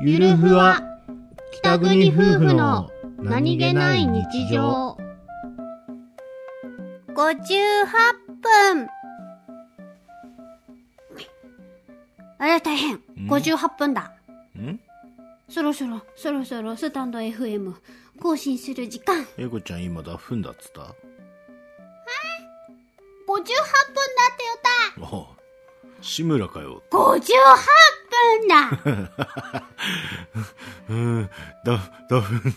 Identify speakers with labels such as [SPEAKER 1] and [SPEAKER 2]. [SPEAKER 1] ゆるふわ北国夫婦の
[SPEAKER 2] 58分あれ大変
[SPEAKER 1] ん
[SPEAKER 2] 58分だ
[SPEAKER 1] ん
[SPEAKER 2] そろそろそろそろスタンド FM 更新する時間58
[SPEAKER 1] 英子ちゃん今だふんだっつった
[SPEAKER 2] 分だって
[SPEAKER 1] おう志村かよ
[SPEAKER 2] 言った58分だ
[SPEAKER 1] うーんだだふん